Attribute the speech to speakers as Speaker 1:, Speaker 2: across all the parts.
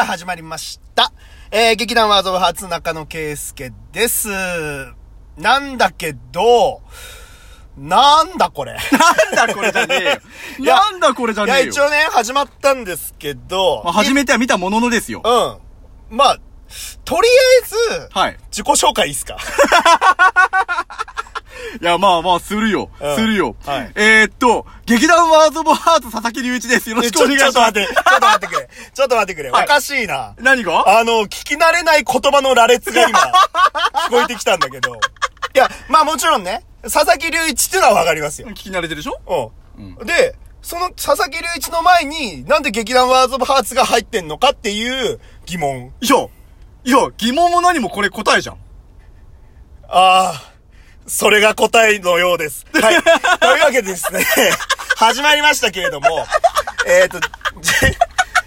Speaker 1: あ、始まりました。えー、劇団ワードオブハーツ中野圭介です。なんだけど、なんだこれ。
Speaker 2: なんだこれじゃねえ
Speaker 1: い
Speaker 2: よ。
Speaker 1: や
Speaker 2: なんだこれじゃ
Speaker 1: い
Speaker 2: ね
Speaker 1: や、
Speaker 2: えよ。
Speaker 1: 一応ね、始まったんですけど、
Speaker 2: まあ、初めては見たもののですよ。
Speaker 1: うん。まあ、とりあえず、
Speaker 2: はい。
Speaker 1: 自己紹介いいっすか
Speaker 2: いや、まあまあ、するよ。
Speaker 1: うん
Speaker 2: するよ。
Speaker 1: はい
Speaker 2: えー、っと、劇団ワードオブハート佐々木隆一です。よろしくお願いし
Speaker 1: ちょ
Speaker 2: ま
Speaker 1: っと待
Speaker 2: す。
Speaker 1: って、ちょっと待ってくれ。ちょっと待ってくれ。
Speaker 2: はい
Speaker 1: おかしいな。
Speaker 2: 何が
Speaker 1: あの、聞き慣れない言葉の羅列 が今、聞こえてきたんだけど。いや、まあもちろんね、佐々木隆一っていうのはわかりますよ
Speaker 2: 聞。き慣れてるでしょ
Speaker 1: うん。で、その佐々木隆一の前に、なんで劇団ワーズ・オブ・ハーツが入ってんのかっていう疑問。
Speaker 2: いや、いや、疑問も何もこれ答えじゃん。
Speaker 1: ああ、それが答えのようです。はい。というわけでですね、 始まりましたけれども、えっと、じ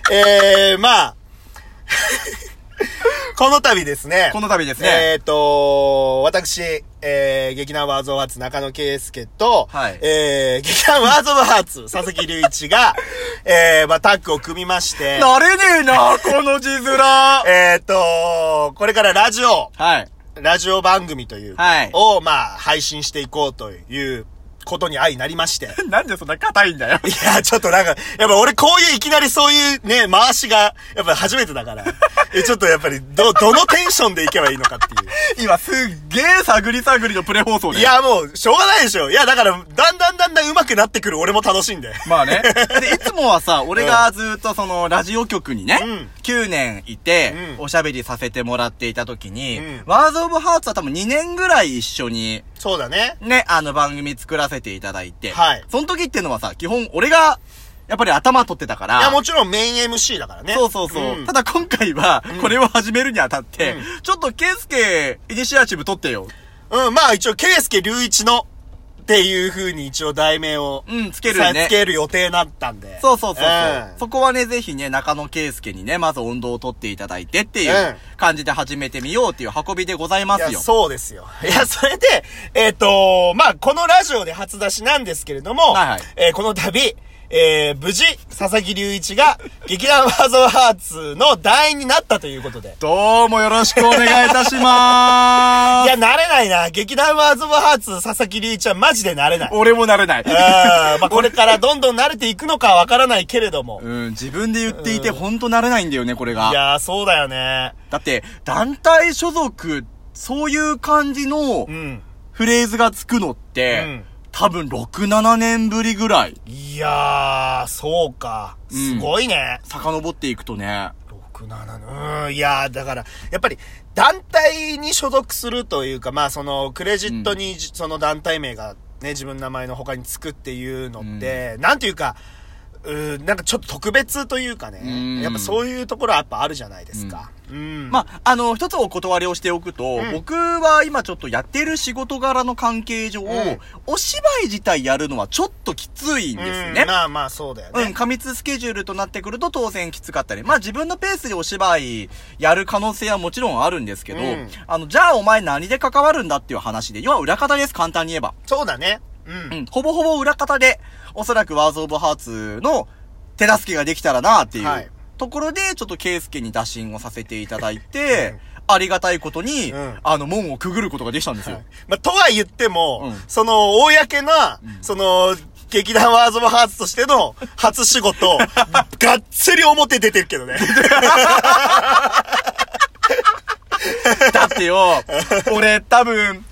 Speaker 1: えー、まあ、 この度ですね。
Speaker 2: この度ですね
Speaker 1: えっ、と、私、えー、劇団ワーズオブハーツ中野圭介と、
Speaker 2: はい
Speaker 1: えー、劇団ワーズオブハーツ佐々木隆一が、 えー、まあ、タッグを組みまして、
Speaker 2: なれねえな、この字面。は
Speaker 1: えっ、と、これからラジオ、
Speaker 2: い。
Speaker 1: ラジオ番組という、
Speaker 2: はい
Speaker 1: を、まあ、配信していこうということに相なりまして。
Speaker 2: なんでそんな硬いんだよ。
Speaker 1: いや、ちょっとなんか、やっぱ俺こういういきなりそういうね、回しが、やっぱ初めてだから。え、ちょっとやっぱり、ど、どのテンションでいけばいいのかっていう。
Speaker 2: 今すっげえ探り探りのプレ放送で。
Speaker 1: い。や、もう、しょうがないでしょ。いや、だから、だんだんだんだん上手くなってくる俺も楽しいんで。
Speaker 2: ま あね。で、いつもはさ、俺がずっとその、ラジオ局にね、
Speaker 1: うん
Speaker 2: 9年いて、
Speaker 1: うん
Speaker 2: おしゃべりさせてもらっていた時に、
Speaker 1: うん
Speaker 2: ワーズオブハーツは多分2年ぐらい一緒に、
Speaker 1: そうだね。
Speaker 2: ね、あの番組作らせていただいて、
Speaker 1: はい
Speaker 2: その時ってのはさ、基本俺が、やっぱり頭取ってたから、
Speaker 1: いや、もちろんメイン MC だからね。
Speaker 2: そうそうそう。
Speaker 1: ん
Speaker 2: ただ今回は、これを始めるにあたって、
Speaker 1: う
Speaker 2: ちょっとケンスケ、イニシアチブ取ってよ。
Speaker 1: うん、まあ一応、ケイスケ隆一のっていう風に一応題名を、
Speaker 2: うんつけるね
Speaker 1: さつける予定だったんで。
Speaker 2: そうそうそうそう、
Speaker 1: ん
Speaker 2: そこはね、ぜひね、中野圭介にね、まず温度を取っていただいてってい
Speaker 1: うん
Speaker 2: う感じで始めてみようっていう運びでございま
Speaker 1: い
Speaker 2: す
Speaker 1: や、
Speaker 2: よ。
Speaker 1: そうですよ。いや、それで、えっ、とまあ、このラジオで初出しなんですけれども、
Speaker 2: はいはい
Speaker 1: えーこの度、えー、無事、佐々木隆一が、劇団ワーズオブハーツの団員になったということで。
Speaker 2: どうもよろしくお願いいたしま
Speaker 1: い
Speaker 2: ー
Speaker 1: や、
Speaker 2: す。
Speaker 1: 慣れないな。劇団ワーズオブハーツ、佐々木隆一はマジで慣れない。
Speaker 2: 俺もなれない。
Speaker 1: あーまあ、これからどんどん慣れていくのかはわからないけれども。
Speaker 2: うん、自分で言っていてほんとなれないんだよね、これ
Speaker 1: い
Speaker 2: が。
Speaker 1: やー、そうだよね。
Speaker 2: だって、団体所属、そういう感じの
Speaker 1: うん。
Speaker 2: フレーズがつくのって、
Speaker 1: うん
Speaker 2: 多分6、7年ぶりぐらい、
Speaker 1: いやー、そうか。すごいね。
Speaker 2: 遡っていくとね。
Speaker 1: 6、7の。うん、いやー、だから、やっぱり、団体に所属するというか、まあ、その、クレジットにじ、その団体名がね、自分の名前の他につくっていうのって、なんていうか、うん、なんかちょっと特別というかね、
Speaker 2: うん
Speaker 1: やっぱそういうところはやっぱあるじゃないですか。うん。
Speaker 2: まあ、あの、一つお断りをしておくと、
Speaker 1: ん
Speaker 2: 僕は今ちょっとやってる仕事柄の関係上、
Speaker 1: ん
Speaker 2: お芝居自体やるのはちょっときついんです
Speaker 1: う
Speaker 2: ね
Speaker 1: ん。まあまあ、そうだよ
Speaker 2: うん、
Speaker 1: ね。
Speaker 2: 過密スケジュールとなってくると当然きつかったり。まあ自分のペースでお芝居やる可能性はもちろんあるんですけど、
Speaker 1: うん
Speaker 2: あの、じゃあお前何で関わるんだっていう話で、要は裏方です、簡単に言えば。
Speaker 1: そうだね。うん
Speaker 2: う。ん、ほぼほぼ裏方で、おそらくワーズオブハーツの手助けができたらなっていう、
Speaker 1: はい
Speaker 2: ところで、ちょっとケイスケに打診をさせていただいて、ありがたいことに、
Speaker 1: うん
Speaker 2: あの、門をくぐることができたんですよ。
Speaker 1: まあ、とは言っても、
Speaker 2: うん
Speaker 1: その、公な、その、劇団ワーズ・オブ・ハーツとしての初仕 事、がっつり表出てるけどね。
Speaker 2: だってよ、俺多分、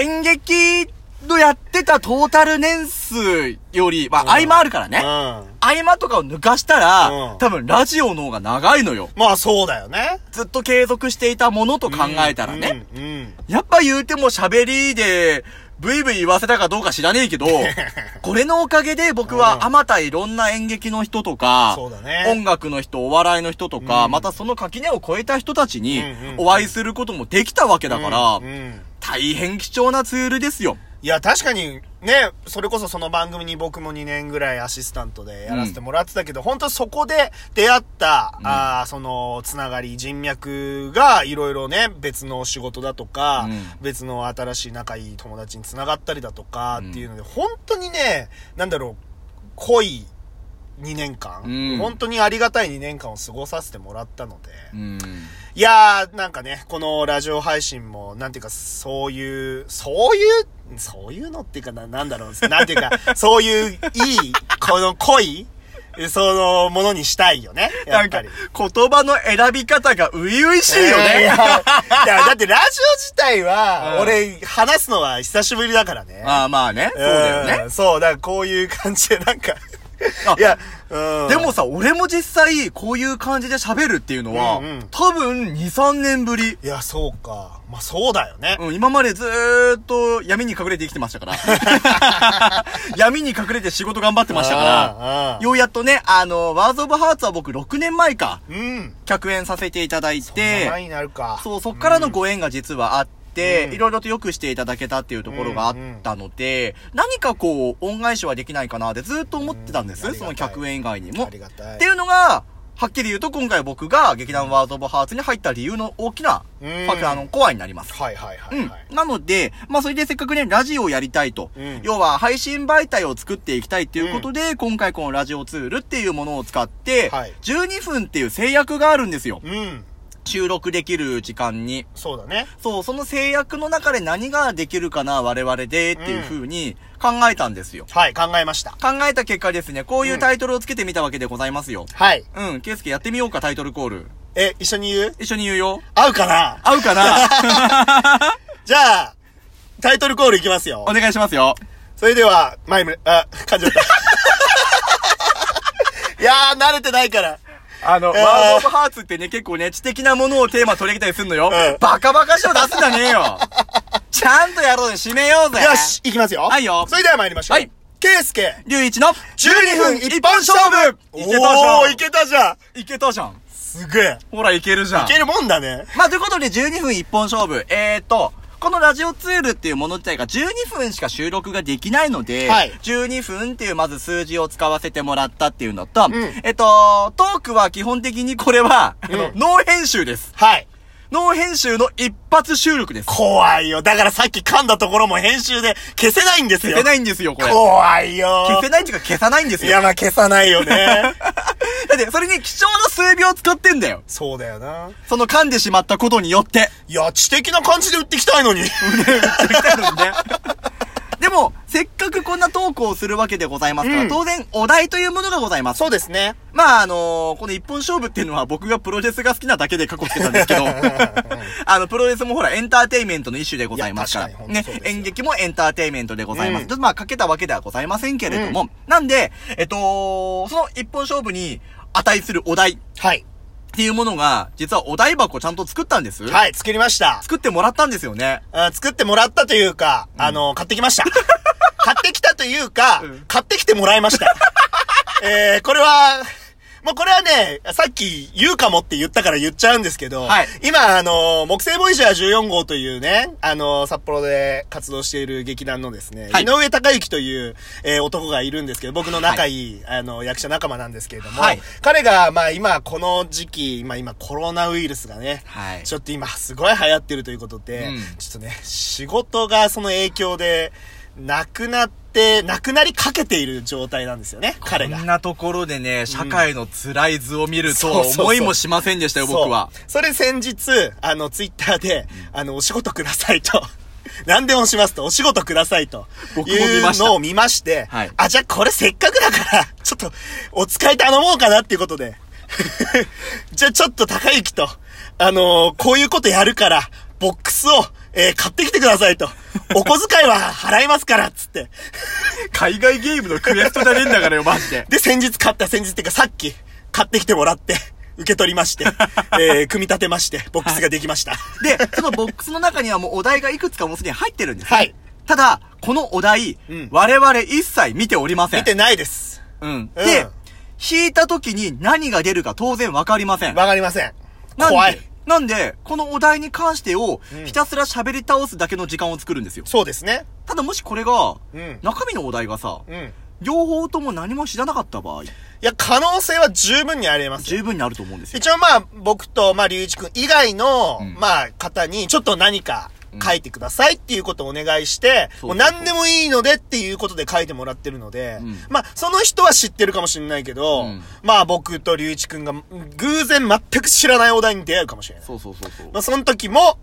Speaker 2: 演劇のやってたトータル年数より、まあ、合間あるからね。
Speaker 1: うん。
Speaker 2: 合間とかを抜かしたら、
Speaker 1: うん
Speaker 2: 多分ラジオの方が長いのよ。
Speaker 1: まあそうだよね。
Speaker 2: ずっと継続していたものと考えたらね。
Speaker 1: うん。うん。
Speaker 2: やっぱ言うても喋りで、ブイブイ言わせたかどうか知らねえけ ど、これのおかげで僕
Speaker 1: うん
Speaker 2: はあまたいろんな演劇の人とか、
Speaker 1: そうだね
Speaker 2: 音楽の人、お笑いの人とか、
Speaker 1: うん
Speaker 2: またその垣根を越えた人たちに
Speaker 1: うんうん
Speaker 2: お会いすることもできたわけだから、
Speaker 1: うんうん
Speaker 2: 大変貴重なツールですよ。
Speaker 1: いや、確かに、ね、それこそその番組に僕も2年ぐらいアシスタントでやらせてもらってたけど、本当そこで出会った、
Speaker 2: ん
Speaker 1: あーその、つながり、人脈が、いろいろね、別の仕事だとか、
Speaker 2: うん
Speaker 1: 別の新しい仲いい友達につながったりだとかっていうので、本当にね、なんだろう、濃い2年間、
Speaker 2: うん
Speaker 1: 本当にありがたい2年間を過ごさせてもらったので、
Speaker 2: うん。
Speaker 1: いやー、なんかね、このラジオ配信も、なんていうか、そういう、そういう、そういうのっていうかな、なんだろう、なんていうか、 そういう、いい、この濃い、その、ものにしたいよね。や
Speaker 2: な
Speaker 1: っ
Speaker 2: んか、
Speaker 1: ぱり。
Speaker 2: 言葉の選び方が初々しいよ
Speaker 1: えーいやい
Speaker 2: ね。
Speaker 1: やだってラジオ自体は、
Speaker 2: うん
Speaker 1: 俺、話すのは久しぶりだからね。
Speaker 2: まあまあね。そうだよね。
Speaker 1: んそう、だからこういう感じで、なんか
Speaker 2: あ、
Speaker 1: いや、うん。
Speaker 2: でもさ、俺も実際、こういう感じで喋るっていうのは、
Speaker 1: うんうん
Speaker 2: 多分2、3年ぶり。
Speaker 1: いや、そうか。まあ、そうだよね。
Speaker 2: うん、今までずーっと闇に隠れて生きてましたから。 闇に隠れて仕事頑張ってましたか
Speaker 1: あ
Speaker 2: ら。
Speaker 1: ーあー
Speaker 2: ようやっとね、あの、ワーズオブハーツは僕6年前か、
Speaker 1: うん。
Speaker 2: 客演させていただいて、
Speaker 1: 前になるか。
Speaker 2: そう、そっからのご縁が実はあって、
Speaker 1: うん
Speaker 2: いろいろと良くしていただけたっていうところがあったので、何かこう、恩返しはできないかなってずーっと思ってたんです、
Speaker 1: うんあり
Speaker 2: そ
Speaker 1: がた
Speaker 2: の
Speaker 1: い
Speaker 2: 客演以外にも。
Speaker 1: ありがたい。
Speaker 2: っていうのが、はっきり言うと今回僕が劇団ワード・オブ・ハーツに入った理由の大きな、
Speaker 1: うん
Speaker 2: ファクターのコアになります。
Speaker 1: はいはいは
Speaker 2: う
Speaker 1: い
Speaker 2: ん
Speaker 1: はい。。
Speaker 2: なので、まあそれでせっかくね、ラジオをやりたいと。
Speaker 1: うん
Speaker 2: 要は配信媒体を作っていきたいっていうことで、今回このラジオツールっていうものを使って、
Speaker 1: はい
Speaker 2: 12分っていう制約があるんですよ。
Speaker 1: うん。
Speaker 2: 収録できる時間に。
Speaker 1: そうだね。
Speaker 2: そう、その制約の中で何ができるかな、我々でっていう風に考えたんですよ。
Speaker 1: はい、考えました。
Speaker 2: 考えた結果ですね、こういうタイトルをつけてみたわけでございますよ。
Speaker 1: はい。
Speaker 2: うん、ケイスケやってみようか、タイトルコール。
Speaker 1: え、一緒に言う
Speaker 2: 一緒に言うよ。
Speaker 1: 合うかな
Speaker 2: 合う かな
Speaker 1: じゃあ、タイトルコールいきますよ
Speaker 2: お。願いしますよ。
Speaker 1: それでは、マイム、あ、噛んじゃ った。いやー、慣れてないから。
Speaker 2: あの、ワ
Speaker 1: えー
Speaker 2: ードオブハーツってね、結構ね、知的なものをテーマ取り上げたりすんのよ。
Speaker 1: うん
Speaker 2: バカバカしを出すんじゃねえ よ。ちゃんとやろうぜ、締めようぜ。
Speaker 1: よし、いきますよ。
Speaker 2: はいよ
Speaker 1: それでは参りましょう。
Speaker 2: はい。
Speaker 1: ケースケ、
Speaker 2: 龍一の
Speaker 1: 12分一本勝負
Speaker 2: いけたじゃん
Speaker 1: おー、いけたじゃん
Speaker 2: いけたじゃん。
Speaker 1: すげえ。
Speaker 2: ほら、いけるじゃん。
Speaker 1: いけるもんだね。
Speaker 2: まあ、ということで、12分一本勝負。えーと、このラジオツールっていうもの自体が12分しか収録ができないので、
Speaker 1: はい
Speaker 2: 12分っていうまず数字を使わせてもらったっていうのと、
Speaker 1: ん
Speaker 2: えっと、トークは基本的にこれは、あ
Speaker 1: う
Speaker 2: の
Speaker 1: ん
Speaker 2: ノー編集です。
Speaker 1: はい。
Speaker 2: ノー編集の一発収録です。
Speaker 1: 怖いよ。だからさっき噛んだところも編集で消せないんですよ。
Speaker 2: 消せないんですよ、これ。
Speaker 1: 怖いよ。
Speaker 2: 消せないっていうか消さないんです
Speaker 1: い
Speaker 2: よ。
Speaker 1: や、まあ消さないよね。
Speaker 2: だって、それに貴重な数秒使ってんだよ。
Speaker 1: そうだよな。
Speaker 2: その噛んでしまったことによって。
Speaker 1: いや、知的な感じで売ってきたいのに。
Speaker 2: でも、せっかくこんなトークをするわけでございますから、
Speaker 1: うん
Speaker 2: 当然、お題というものがございま す。
Speaker 1: そうですね。
Speaker 2: まあ、あのーこの一本勝負っていうのは僕がプロレスが好きなだけで過去つけたんですけ ど、あの、プロレスもほら、エンターテインメントの一種でございますから、
Speaker 1: いや確かに
Speaker 2: ね
Speaker 1: 本当そう、ですよ
Speaker 2: 演劇もエンターテインメントでございます。
Speaker 1: うん
Speaker 2: ちょっとまあ、かけたわけではございませんけれども、なんで、えっと、その一本勝負に値するお題っ
Speaker 1: はい。
Speaker 2: ていうものが、実はお題箱ちゃんと作ったんです。
Speaker 1: はい、作りました。
Speaker 2: 作ってもらったんですよね。
Speaker 1: あ作ってもらったというか、あの、買ってきま した。買ってきたというか、
Speaker 2: ん
Speaker 1: 買ってきてもらいま した。えー、これは、もうこれはね、さっき言うかもって言ったから言っちゃうんですけど、
Speaker 2: はい
Speaker 1: 今、あの、木星ボイジャー14号というね、あの、札幌で活動している劇団のですね、
Speaker 2: はい
Speaker 1: 井上隆之という、えー男がいるんですけど、僕の仲いい、あの、役者仲間なんですけれども、
Speaker 2: はい
Speaker 1: 彼が、まあ今、この時期、まあ今、コロナウイルスがね、
Speaker 2: はい
Speaker 1: ちょっと今、すごい流行ってるということで、
Speaker 2: うん
Speaker 1: ちょっとね、仕事がその影響で、なくなって、なくなりかけている状態なんですよね、彼が
Speaker 2: こん。なところでね、社会の辛い図を見ると
Speaker 1: そうそうそう
Speaker 2: 思いもしませんでしたよ、僕は。
Speaker 1: そう。それ先日、あの、ツイッターで、あの、お仕事くださいと。 何でもしますと、お仕事くださいと。
Speaker 2: 僕も見ました
Speaker 1: いうのを見まして、
Speaker 2: はい
Speaker 1: あ、じゃあこれせっかくだから、ちょっと、お使い頼もうかなっていうことで。 じゃあちょっと高行と、あのーこういうことやるから、ボックスを、えー買ってきてください と。お小遣いは払いますから、つって。
Speaker 2: 海外ゲームのクエストじゃねえんだからよ、マジで。
Speaker 1: で、先日買った、先日っていうかさっき、買ってきてもらって、受け取りま して、えー組み立てまして、ボックスができました。
Speaker 2: で、そのボックスの中にはもうお題がいくつかもうすでに入ってるんです。
Speaker 1: はい。
Speaker 2: ただ、このお題、
Speaker 1: うん
Speaker 2: 我々一切見ておりません。
Speaker 1: 見てないです。
Speaker 2: うん。
Speaker 1: うん
Speaker 2: で、引いた時に何が出るか当然わかりません。
Speaker 1: わかりません。
Speaker 2: なんで
Speaker 1: 怖い。。
Speaker 2: なんで、このお題に関してを
Speaker 1: うん、
Speaker 2: ひたすら喋り倒すだけの時間を作るんですよ。
Speaker 1: そうですね。
Speaker 2: ただもしこれが、
Speaker 1: うん
Speaker 2: 中身のお題がさ、
Speaker 1: うん。い
Speaker 2: 両方とも何も知らなかった場合、
Speaker 1: や、可能性は十分にありますよ。
Speaker 2: 十分にあると思うんですよ。
Speaker 1: 一応まあ、僕と、まあ、隆一くん以外の、
Speaker 2: うん
Speaker 1: まあ、方に、ちょっと何か、書いてくださいっていうことをお願いして、
Speaker 2: そう
Speaker 1: もう何でもいいのでっていうことで書いてもらってるので、
Speaker 2: うん
Speaker 1: まあ、その人は知ってるかもしれないけど、
Speaker 2: うん
Speaker 1: まあ僕と龍一くんが偶然全く知らないお題に出会うかもしれない。
Speaker 2: そうそうそうそう
Speaker 1: ま。あ、その時も、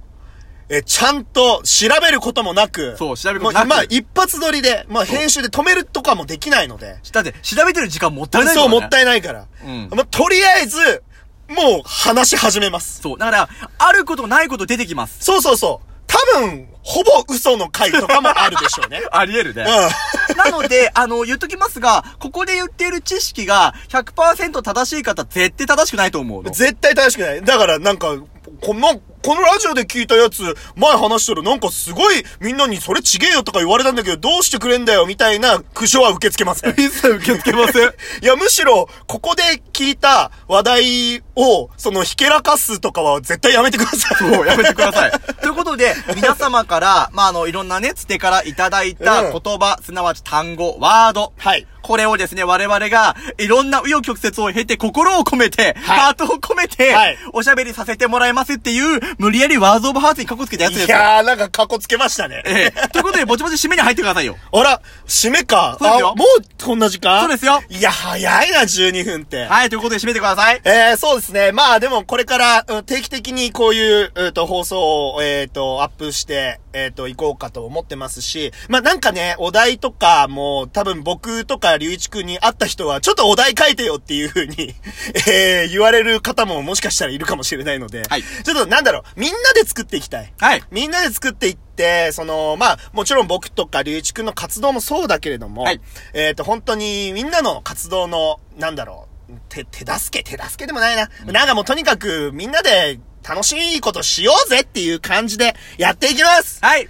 Speaker 1: え、ちゃんと調べることもなく、
Speaker 2: そう調べることなく
Speaker 1: もうまあ、一発撮りで、まあ、編集で止めるとかもできないので、
Speaker 2: だって、調べてる時間もったいない
Speaker 1: そう、もった
Speaker 2: い。
Speaker 1: いないから。
Speaker 2: うん
Speaker 1: まあ、とりあえず、もう、話し始めます。
Speaker 2: そう。だから、あることないこと出てきます。
Speaker 1: そうそうそう。多分、ほぼ嘘の回とかもあるでしょ うね。
Speaker 2: あり得るね。
Speaker 1: う
Speaker 2: なので、あの、言っときますが、ここで言っている知識が100%正しい方、絶対正しくないと思うの
Speaker 1: ん。。絶対正しくない。だから、なんか、この、このラジオで聞いたやつ、前話してる、なんかすごい、みんなにそれちげえよとか言われたんだけど、どうしてくれんだよ、みたいな苦笑は受け付けません。
Speaker 2: 一切受け付けません。
Speaker 1: いや、むしろ、ここで聞いた話題を、その、ひけらかすとかは絶対やめてください。
Speaker 2: そう、やめてください。ということで、皆様から、まあ、あの、いろんなね、つてからいただいた
Speaker 1: うん
Speaker 2: 言葉、すなわち単語、ワード。
Speaker 1: はい。
Speaker 2: これをですね、我々が、いろんな紆余曲折を経て、心を込めて、
Speaker 1: は
Speaker 2: ハートを込めて、
Speaker 1: はい
Speaker 2: おしゃべりさせてもらいますっていう、無理やりワードオブハーツにカッコつけたやつで
Speaker 1: い
Speaker 2: すよ。
Speaker 1: やー、なんか、かっこつけましたね。
Speaker 2: ええ。ということで、ぼちぼち締めに入ってくださいよ。
Speaker 1: あら、締めか。
Speaker 2: そうですよ
Speaker 1: あもう、こんな時間
Speaker 2: そうですよ
Speaker 1: いや、早いな、12分って。
Speaker 2: はい、ということで締めてください。
Speaker 1: えー、そうですね。まあでもこれからうん定期的にこういう、えっと放送を、えっ、と、アップして、えっ、と、行こうかと思ってますし、まあなんかね、お題とかも多分僕とか隆一くんに会った人は、ちょっとお題書いてよっていうふうに、 えー、言われる方ももしかしたらいるかもしれないので、
Speaker 2: はい
Speaker 1: ちょっとなんだろう、みんなで作っていきたい。
Speaker 2: はい。
Speaker 1: みんなで作っていって、その、まあ、もちろん僕とか隆一くんの活動もそうだけれども、
Speaker 2: はい
Speaker 1: えっ、と、本当にみんなの活動の、なんだろう、手、手助け、手助けでもないな。なんかもうとにかくみんなで楽しいことしようぜっていう感じでやっていきます
Speaker 2: はい。よ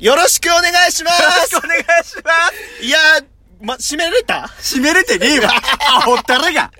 Speaker 1: よろしくお願いしま
Speaker 2: ろし
Speaker 1: す
Speaker 2: くお願いしま す。
Speaker 1: いやー、ま、締めれた
Speaker 2: 締めれてねえわ。あほったらが。